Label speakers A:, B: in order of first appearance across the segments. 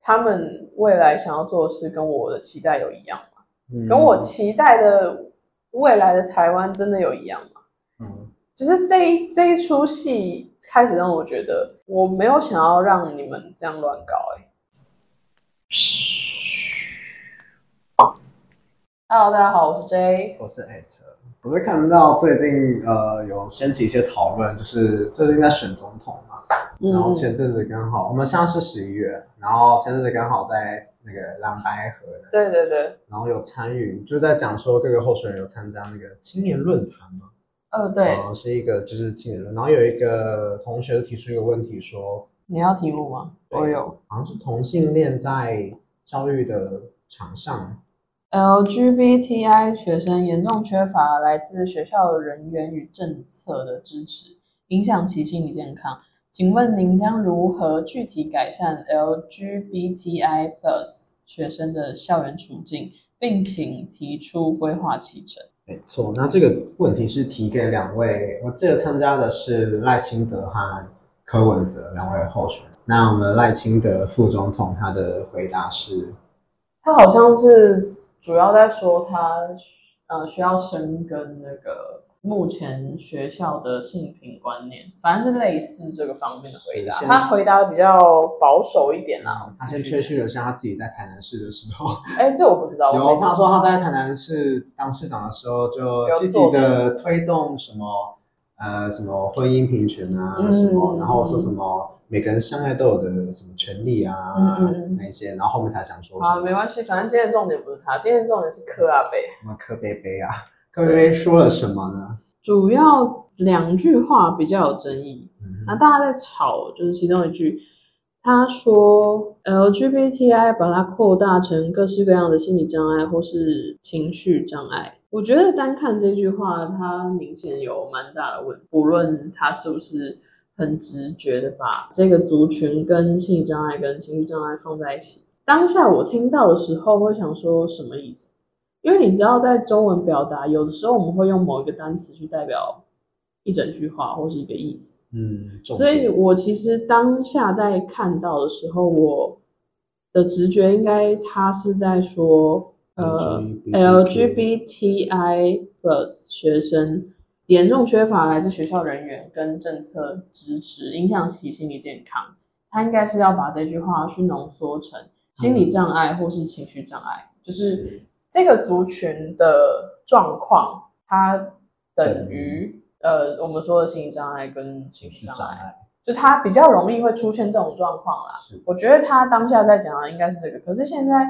A: 他们未来想要做的事跟我的期待有一样吗？
B: 嗯
A: 跟我期待的未来的台湾真的有一样吗？
B: 嗯
A: 就是这一这一出戏开始让我觉得，我没有想要让你们这样乱搞、欸。Hello，大家好，我是 J。
B: 我是 at，我是看到最近呃有掀起一些讨论，就是最近在选总统嘛，
A: 嗯
B: 然后前阵子刚好我们现在是十一月，然后前阵子刚好在那个蓝白河，
A: 对对对，
B: 然后有参与，就在讲说各个候选人有参加那个青年论坛嘛，
A: 呃，对
B: 然，后是一个就是青年论，然后有一个同学提出一个问题说，
A: 你要题目吗？我有
B: 好像是同性恋在教育的场上
A: LGBTI 学生严重缺乏来自学校的人员与政策的支持，影响其心理健康。请问您将如何具体改善 LGBTI plus 学生的校园处境，并请提出规划启程？
B: 没错，那这个问题是提给两位，我记得参加的是赖清德和柯文哲两位候选人。那我们赖清德副总统他的回答是，
A: 他好像是主要在说他呃需要深耕那个目前学校的性平观念，反正是类似这个方面的回答。
B: 是现在
A: 他回答的比较保守一点啦。
B: 他先吹嘘了一下他自己在台南市的时候，
A: 哎，这我不知道。我
B: 有
A: 没
B: 他
A: 听
B: 说他在台南市当市长的时候就积极的推动什么呃什么婚姻平权啊
A: 嗯
B: 什么，然后说什么每个人相爱都有的什么权利啊
A: 嗯嗯嗯
B: 那一些，然后后面他想说
A: 过
B: 什
A: 好，
B: 么
A: 没关系，反正今天的重点不是他，今天的重点是柯阿贝。
B: 什么柯贝贝啊，柯贝贝说了什么呢？
A: 主要两句话比较有争议，
B: 嗯
A: 那大家在吵，就是其中一句，他说 LGBTI 把它扩大成各式各样的心理障碍或是情绪障碍。我觉得单看这句话，它明显有蛮大的问题，不论他是不是很直觉的把这个族群跟心理障碍跟情绪障碍放在一起。当下我听到的时候会想说什么意思？因为你知道，在中文表达，有的时候我们会用某一个单词去代表一整句话或是一个意思。
B: 嗯，重
A: 所以
B: 点
A: 我其实当下在看到的时候，我的直觉应该他是在说，呃
B: LGBTQ
A: ，LGBTI plus 学生严重缺乏来自学校人员跟政策支持，影响其心理健康。他应该是要把这句话去浓缩成心理障碍或是情绪障碍，就是这个族群的状况，它等于呃我们说的心理障碍跟情绪
B: 是
A: 障
B: 障
A: 碍，
B: 碍，
A: 就它比较容易会出现这种状况啦。
B: 是
A: 我觉得他当下在讲的应该是这个，可是现在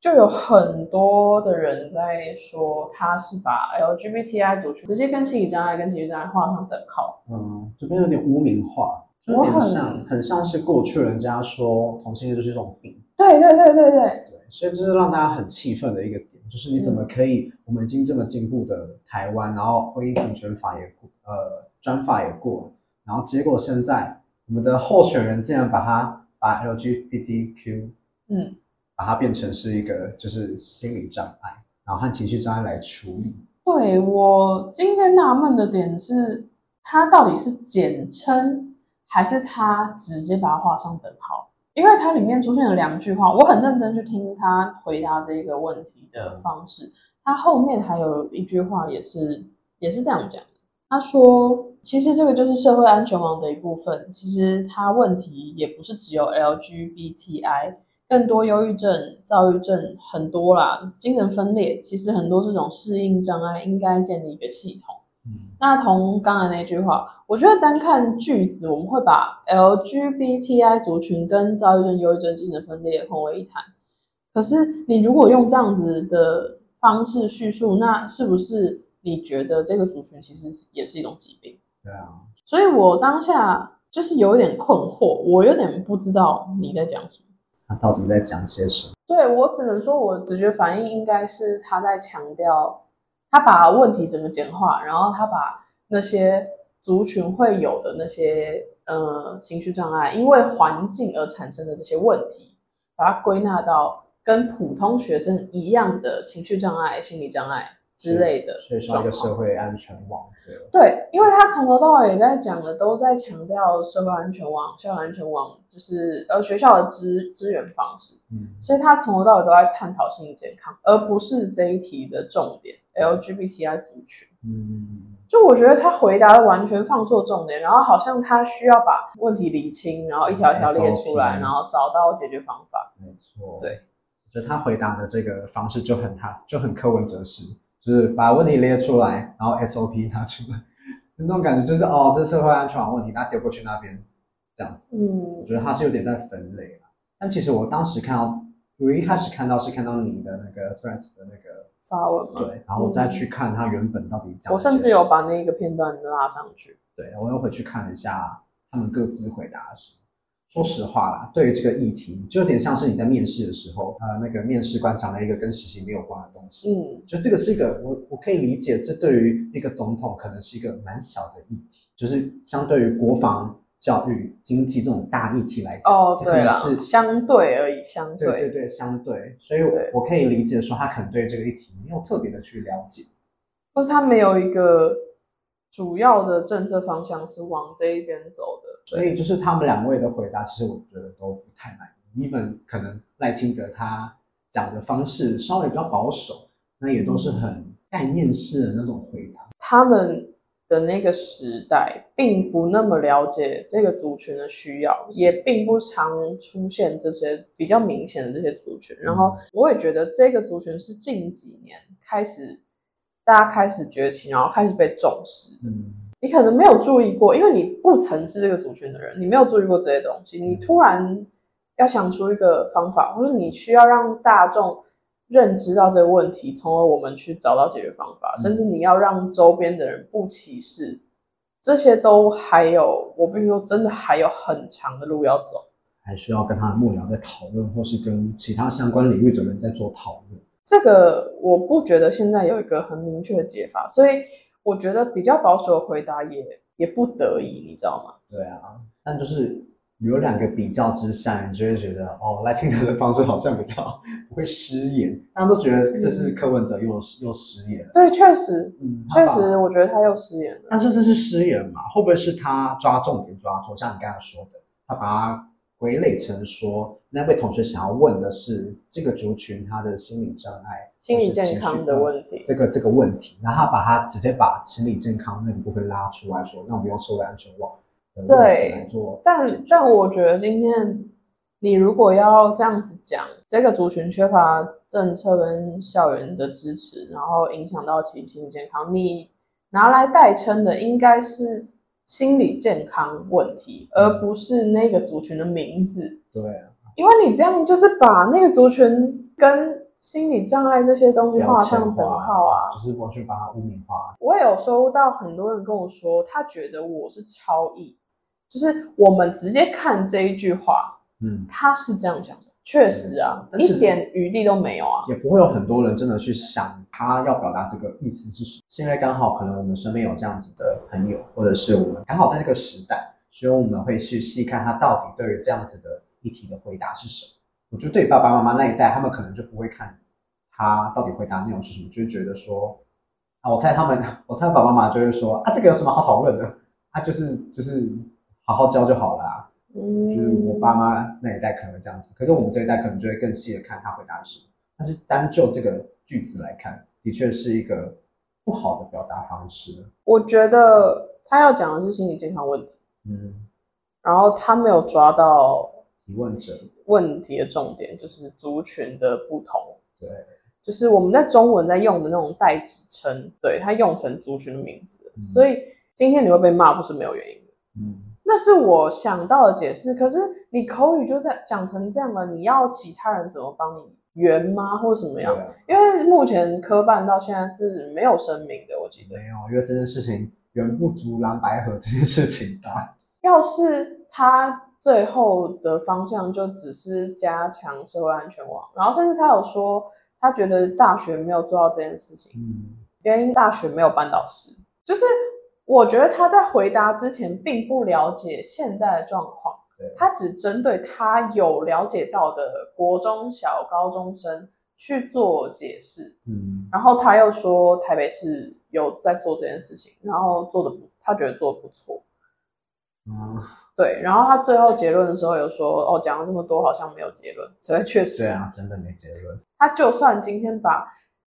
A: 就有很多的人在说他是把 LGBTI 族群直接跟心理障碍跟情绪障碍画上等号。
B: 嗯，这边有点污名化，就有
A: 我
B: 点
A: 很
B: 像很像是过去人家说同性恋就是一种病。
A: 对对对对对，
B: 对，所以这是让大家很气愤的一个点，就是你
A: 嗯
B: 怎么可以，我们已经这么进步的台湾，然后婚姻平权法也过，呃，专法也过了，然后结果现在我们的候选人竟然把它把 LGBTQ
A: 嗯，
B: 把它变成是一个就是心理障碍，然后和情绪障碍来处理。
A: 对我今天纳闷的点是，他到底是简称还是他直接把它画上等号？因为它里面出现了两句话，我很认真去听他回答这个问题的方式。他后面还有一句话也是也是这样讲的，他说其实这个就是社会安全网的一部分，其实它问题也不是只有 LGBTI，更多忧郁症、躁郁症很多啦，精神分裂，其实很多这种适应障碍应该建立一个系统。
B: 嗯，
A: 那同刚才那句话，我觉得单看句子，我们会把 LGBTI 族群跟躁郁症、忧郁症、精神分裂混为一谈。可是，你如果用这样子的方式叙述，那是不是你觉得这个族群其实也是一种疾病？
B: 对啊，
A: 所以我当下就是有点困惑，我有点不知道你在讲什么。
B: 他到底在讲些什么？
A: 对我只能说，我直觉反应应该是他在强调，他把问题整个简化，然后他把那些族群会有的那些呃情绪障碍，因为环境而产生的这些问题，把它归纳到跟普通学生一样的情绪障碍、心理障碍、之类的
B: 缺少一
A: 状
B: 个
A: 况。
B: 社会安全网的。
A: 对，因为他从头到尾在讲的都在强调社会安全网、校园安全网，就是呃学校的资资源方式，
B: 嗯，
A: 所以他从头到尾都在探讨心理健康，而不是这一题的重点 LGBTI 族群。
B: 嗯，
A: 就我觉得他回答的完全放错重点，然后好像他需要把问题理清，然后一条一条列出来，
B: SOP
A: 然后找到解决方法。
B: 没错。
A: 对，
B: 就他回答的这个方式就很他就很柯文哲式，就是把问题列出来，然后 SOP 拿出来，就那种感觉就是哦，这是社会安全网问题，他丢过去那边这样子。我
A: 嗯
B: 觉得他是有点在分类啦。但其实我当时看到，我一开始看到是看到你的那个 Threads 的那个
A: 发文嘛，
B: 对，然后我再去看他原本到底讲了些什么。
A: 我甚至有把那个片段拉上去。
B: 对，我又回去看了一下他们各自回答的是。说实话啦，对于这个议题，就有点像是你在面试的时候，呃，那个面试官讲了一个跟实习没有关的东西。
A: 嗯，
B: 就这个是一个，我我可以理解，这对于一个总统可能是一个蛮小的议题，就是相对于国防、教育、经济这种大议题来讲，
A: 哦，
B: 这可
A: 对
B: 能
A: 了，
B: 是
A: 相对而已，相
B: 对对对，相对，所以我
A: 对
B: 我可以理解说他可能对这个议题没有特别的去了解。
A: 或是他没有一个主要的政策方向是往这一边走的。
B: 所以就是他们两位的回答，其实我觉得都不太满意。even 可能赖清德他讲的方式稍微比较保守，那也都是很概念式的那种回答。
A: 他们的那个时代并不那么了解这个族群的需要，也并不常出现这些比较明显的这些族群。然后我也觉得这个族群是近几年开始大家开始崛起，然后开始被重视。
B: 嗯，
A: 你可能没有注意过，因为你不曾是这个族群的人，你没有注意过这些东西。你突然要想出一个方法，或是你需要让大众认知到这个问题，从而我们去找到解决方法，
B: 嗯
A: 甚至你要让周边的人不歧视，这些都还有，我必须说，真的还有很长的路要走。
B: 还需要跟他的幕僚在讨论，或是跟其他相关领域的人在做讨论。
A: 这个我不觉得现在有一个很明确的解法，所以我觉得比较保守的回答也也不得已，你知道吗？
B: 对啊，但就是有两个比较之下，你就会觉得哦，赖清德的方式好像比较 不会失言，大家都觉得这是柯文哲又、又失言了。
A: 对，确实，
B: 嗯，他
A: 确
B: 把
A: 实，我觉得他又失言了。
B: 但是这是失言嘛？会不会是他抓重点抓错？像你刚才说的，他把它归类成说，那位同学想要问的是这个族群他的心理障碍、
A: 心理
B: 或是情
A: 健康
B: 绪
A: 的问题。
B: 这个这个问题，然后他把他直接把心理健康那个部分拉出来说，那我们用社会安全网的问题来
A: 对
B: 做，
A: 但嗯
B: 解决
A: 但我觉得今天你如果要这样子讲，这个族群缺乏政策跟校园的支持，然后影响到其心理健康，你拿来代称的应该是心理健康问题，而不是那个族群的名字，
B: 对。啊
A: 因为你这样就是把那个族群跟心理障碍这些东西
B: 标
A: 画
B: 签
A: 上等号啊。
B: 就是我去把它污名化。啊
A: 我有收到很多人跟我说，他觉得我是超译，就是我们直接看这一句话，
B: 嗯，
A: 他是这样讲的，确实啊，
B: 但是
A: 一点余地都没有啊。
B: 也不会有很多人真的去想他要表达这个意思是什么。是因为刚好可能我们身边有这样子的朋友，或者是我们刚好在这个时代，所以我们会去细看他到底对于这样子的议题的回答是什么。我觉得对爸爸妈妈那一代，他们可能就不会看他到底回答内容是什么，就会觉得说，啊，我猜他们， 我猜爸爸妈妈就会说，啊，这个有什么好讨论的？啊，就是就是好好教就好了啊、就是我爸
A: 嗯，
B: 妈那一代可能会这样子，可是我们这一代可能就会更细的看他回答是什么。但是单就这个句子来看，的确是一个不好的表达方式。
A: 我觉得他要讲的是心理健康问题，
B: 嗯，
A: 然后他没有抓到
B: 提问者，
A: 问题的重点，就是族群的不同。
B: 对，
A: 就是我们在中文在用的那种代指称，对，它用成族群的名字，
B: 嗯
A: 所以今天你会被骂不是没有原因的。
B: 嗯，
A: 那是我想到的解释，可是你口语就在讲成这样了，你要其他人怎么帮你圆吗，或者什么
B: 对
A: 样？
B: 啊，
A: 因为目前科办到现在是没有声明的，我记得。
B: 没有，因为这件事情远不足蓝白河这件事情大。
A: 要是他最后的方向就只是加强社会安全网，然后甚至他有说，他觉得大学没有做到这件事情，
B: 嗯，
A: 原因大学没有办导师，就是我觉得他在回答之前并不了解现在的状况
B: 对，
A: 他只针对他有了解到的国中小高中生去做解释，
B: 嗯，
A: 然后他又说台北市有在做这件事情，然后做的他觉得做的不错，
B: 啊，
A: 对，然后他最后结论的时候有说，哦，讲了这么多好像没有结论，所以确实
B: 对啊，真的没结论，
A: 他就算今天把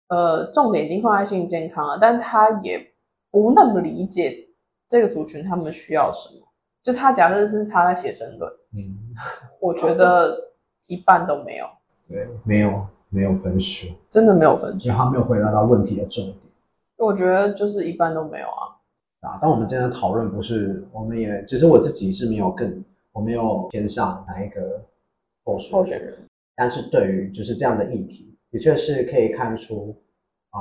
A: 呃重点已经放在心理健康了，但他也不那么理解这个族群他们需要什么。就他假设是他在写申论，
B: 嗯，
A: 我觉得一半都没有，
B: 对，没有没有分数，
A: 真的没有分数
B: 所以。他没有回答到问题的重点。
A: 我觉得就是一半都没有啊。
B: 啊，但我们今天的讨论不是，我们也其实我自己是没有更，我没有偏向哪一个候选
A: 候选人，
B: 但是对于就是这样的议题，的确是可以看出，啊、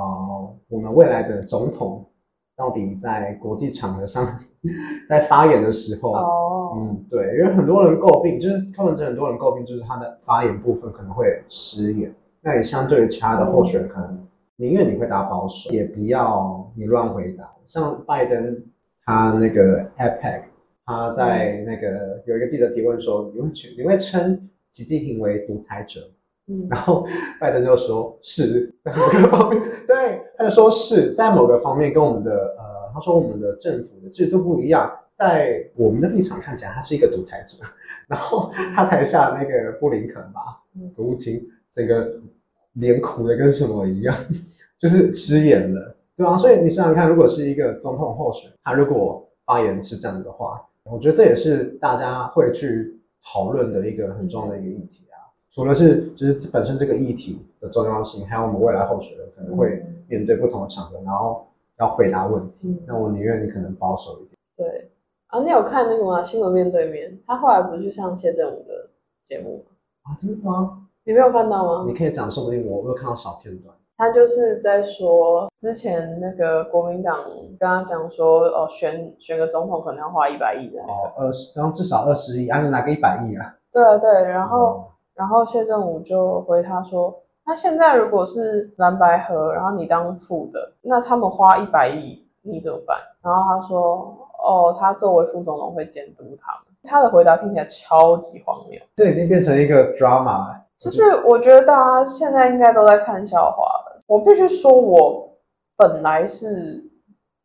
B: 我们未来的总统到底在国际场合上 在发言的时候，
A: 哦，
B: 嗯，对，因为很多人诟病，就是柯文哲很多人诟病，就是他的发言部分可能会失言。那你相对于其他的候选人，可能宁愿你会打保守，也不要你乱回答。像拜登，他那个 APEC，他在那个、有一个记者提问说，你会去你会称习近平为独裁者吗
A: 嗯，
B: 然后拜登就说是 在某个方面，对，他就说是在某个方面跟我们的呃，他说我们的政府的制度不一样，在我们的立场看起来他是一个独裁者， 然后他台下那个布林肯吧
A: 嗯，
B: 国务卿整个脸苦的跟什么一样， 就是失言了，对啊，所以你想想看，如果是一个总统候选人，他如果发言是这样的话，我觉得这也是大家会去讨论的一个很重要的一个议题啊。除了是就是本身这个议题的重要性，还有我们未来候选人可能会
A: 嗯
B: 面对不同的场合，然后要回答问题。
A: 嗯
B: 那我宁愿你可能保守一点。
A: 对。啊，你有看那个吗？新闻面对面，他后来不是去上谢振武的节目吗？
B: 啊，真的吗？
A: 你没有看到吗
B: 你？可以讲，说不定我有看到小片段。
A: 他就是在说，之前那个国民党跟他讲说，哦，选选个总统可能要花一百亿的那个。
B: 哦，二十，然后至少二十亿，啊，你拿个一百亿啊。嗯
A: 对啊，对。然后，
B: 哦
A: 然后谢振武就回他说，那现在如果是蓝白合，然后你当副的，那他们花一百亿，你怎么办？然后他说，哦，他作为副总统会监督他们。他的回答听起来超级荒谬，
B: 这已经变成一个 drama 了。
A: 就是我觉得大家现在应该都在看笑话了。我必须说，我本来是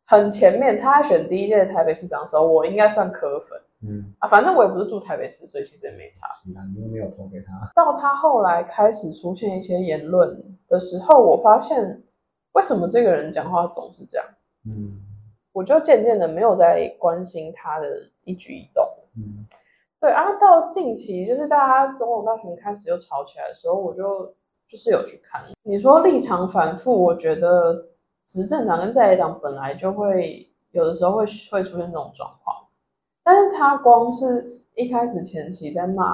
A: 很前面，他在选第一届的台北市长的时候，我应该算科粉
B: 嗯，
A: 啊，反正我也不是住台北市，所以其实也没差。
B: 是啊，你又没有投给他。
A: 到他后来开始出现一些言论的时候，我发现为什么这个人讲话总是这样，
B: 嗯
A: 我就渐渐的没有在关心他的一举一动。
B: 嗯，
A: 对啊，到近期就是大家总统大选开始又吵起来的时候，我就就是有去看。你说立场反复，我觉得执政党跟在野党本来就会有的时候会会出现这种状况，但是他光是一开始前期在骂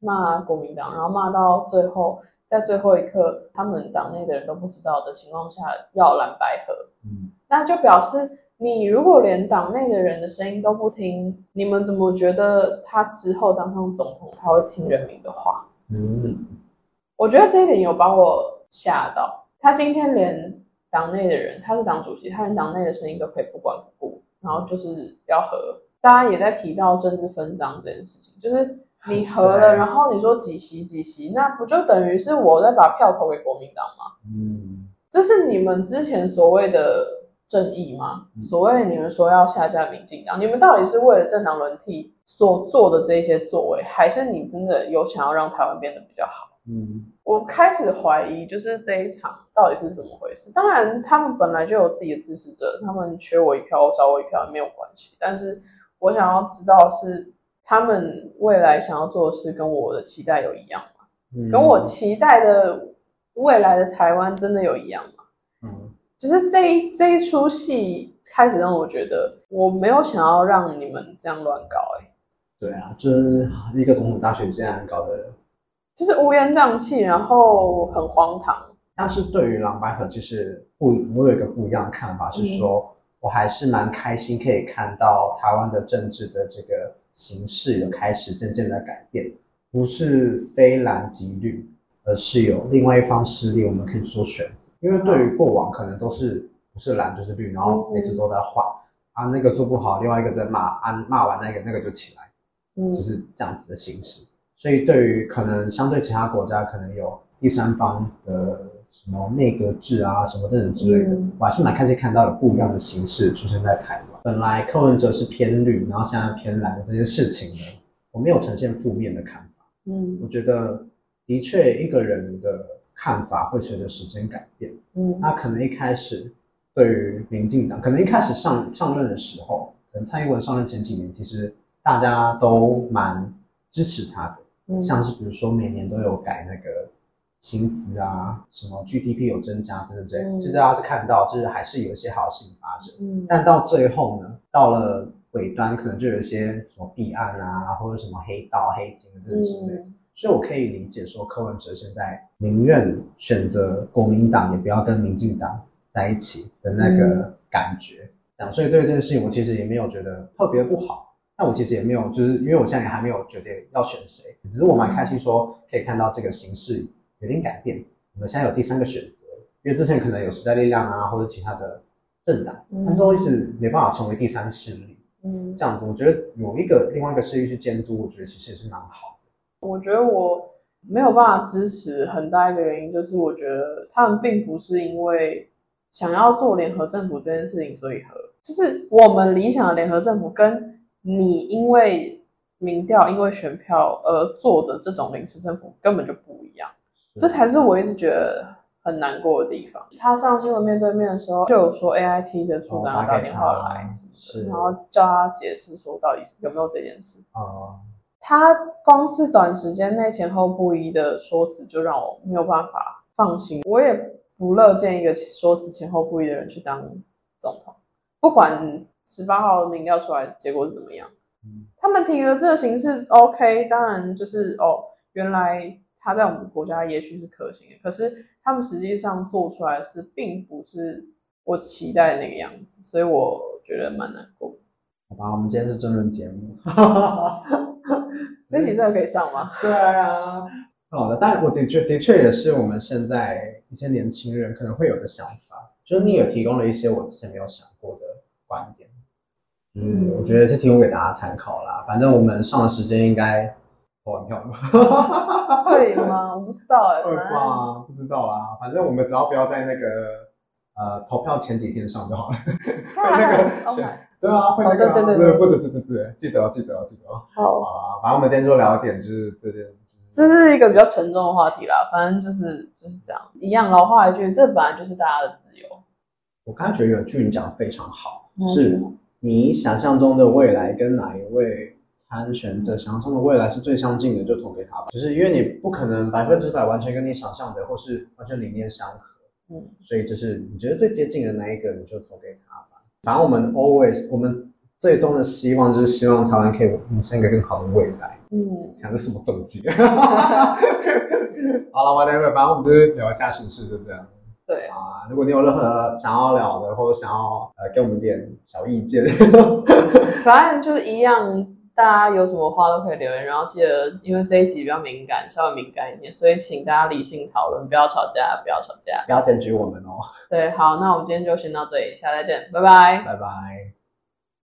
A: 骂国民党，然后骂到最后，在最后一刻他们党内的人都不知道的情况下要蓝白合，
B: 嗯
A: 那就表示你如果连党内的人的声音都不听，你们怎么觉得他之后当上总统他会听人民的话？
B: 嗯，
A: 我觉得这一点有把我吓到。他今天连党内的人，他是党主席，他连党内的声音都可以不管不顾，然后就是要和。大家也在提到政治分赃这件事情，就是你和了，
B: 对
A: 然后你说几席几席，那不就等于是我在把票投给国民党吗？
B: 嗯，
A: 这是你们之前所谓的正义吗？
B: 嗯
A: 所谓你们说要下架民进党，你们到底是为了政党轮替所做的这一些作为，还是你真的有想要让台湾变得比较好？
B: 嗯，
A: 我开始怀疑，就是这一场到底是怎么回事。当然，他们本来就有自己的支持者，他们缺我一票，少我一票也没有关系。但是我想要知道的是，他们未来想要做的事跟我的期待有一样吗？
B: 嗯
A: 跟我期待的未来的台湾真的有一样吗？
B: 嗯
A: 就是这一这一出戏开始让我觉得，我没有想要让你们这样乱搞、欸，
B: 对啊，就是一个总统大选竟然搞得
A: 就是乌烟瘴气，然后很荒唐。
B: 但是对于蓝白合，其实不，我有一个不一样的看法，是说、我还是蛮开心可以看到台湾的政治的这个形势有开始渐渐的改变，不是非蓝即绿，而是有另外一方势力，我们可以做选择。因为对于过往可能都是不是蓝就是绿，然后每次都在换、啊，那个做不好，另外一个在骂，啊骂完那个那个就起来，
A: 嗯
B: 就，是这样子的形式。所以对于可能相对其他国家，可能有第三方的什么内阁制啊什么等等之类的，
A: 嗯
B: 我还是蛮开心看到有不一样的形式出现在台湾。本来柯文哲是偏绿，然后现在偏蓝这件事情呢，我没有呈现负面的看法。我
A: 嗯
B: 觉得的确一个人的看法会随着时间改变。
A: 嗯
B: 他可能一开始对于民进党，可能一开始上上任的时候，可能蔡英文上任前几年，其实大家都蛮支持他的，
A: 嗯，
B: 像是比如说每年都有改那个薪资啊，什么 GDP 有增加等等之类的，
A: 嗯
B: 其实大家是看到就是还是有一些好事情发生。
A: 嗯
B: 但到最后呢，到了尾端可能就有一些什么弊案啊，或者什么黑道、黑金啊等等之类的。
A: 嗯
B: 所以我可以理解说，柯文哲现在宁愿选择国民党，也不要跟民进党在一起的那
A: 嗯
B: 个感觉。这样，所以对这件事情，我其实也没有觉得特别不好。但我其实也没有，就是因为我现在也还没有决定要选谁，只是我蛮开心说可以看到这个形势有点改变。我们现在有第三个选择，因为之前可能有时代力量啊，或者其他的政党，
A: 嗯
B: 但是我一直没办法成为第三势力。
A: 嗯，
B: 这样子，我觉得有一个另外一个势力去监督，我觉得其实也是蛮好的。
A: 我觉得我没有办法支持，很大一个原因就是我觉得他们并不是因为想要做联合政府这件事情所以合，就是我们理想的联合政府跟你因为民调、因为选票而做的这种临时政府根本就不一样。这才是我一直觉得很难过的地方。他上新闻面对面的时候，就有说 AIT 的处长要打电话来什么的，
B: 哦打给他
A: 然后叫他解释说到底是有没有这件事。
B: 啊、
A: 他光是短时间内前后不一的说辞，就让我没有办法放心。我也不乐见一个说辞前后不一的人去当总统，不管十八号民调出来的结果是怎么样。
B: 嗯
A: 他们提的这个形式 OK，当然就是哦，原来它在我们国家也许是可行的，可是他们实际上做出来的事并不是我期待的那个样子，所以我觉得蛮难过。
B: 好吧，我们今天是真人节目。
A: 这期这个可以上吗？
B: 对啊，好的，但我的确的确也是我们现在一些年轻人可能会有的想法，就是你也提供了一些我之前没有想过的观点，嗯，我觉得是提供给大家参考啦。反正我们上的时间应该哦投完票 了 吧？
A: 会吗？我不知道哎、
B: 会
A: 反正
B: 吧？啊不知道啦，反正我们只要不要在那个呃投票前几天上就好了。 那个
A: 看 Oh my，
B: 对啊，会那个、啊，
A: 哦对对对
B: 对对对对对，记得哦，记得哦，记得哦。
A: 好，
B: 啊，反正我们今天就聊点就是这件，就
A: 这
B: 是
A: 是一个比较沉重的话题啦，反正就是就是这样，一样老话一句，这本来就是大家的自由。
B: 我刚才觉得有一句你讲的非常好，
A: 嗯
B: 是你想象中的未来跟哪一位参选者想象中的未来是最相近的，就投给他吧。就是因为你不可能百分之百完全跟你想象的或是完全理念相合，
A: 嗯，
B: 所以就是你觉得最接近的那一个，你就投给他吧。反正我们 always 我们最终的希望就是希望台湾可以迎向一个更好的未来。
A: 嗯，
B: 想的什么总结？ 好了，whatever，反正我们就是聊一下时事，就这样。
A: 对，
B: 啊，如果你有任何想要聊的，或者想要呃给我们点小意见，
A: 反正就是一样，大家有什么话都可以留言，然后记得，因为这一集比较敏感，稍微敏感一点，所以请大家理性讨论，不要吵架，不要吵架。
B: 不要检举我们哦，
A: 对，好，那我们今天就先到这里，下次再见，拜拜。
B: 拜拜。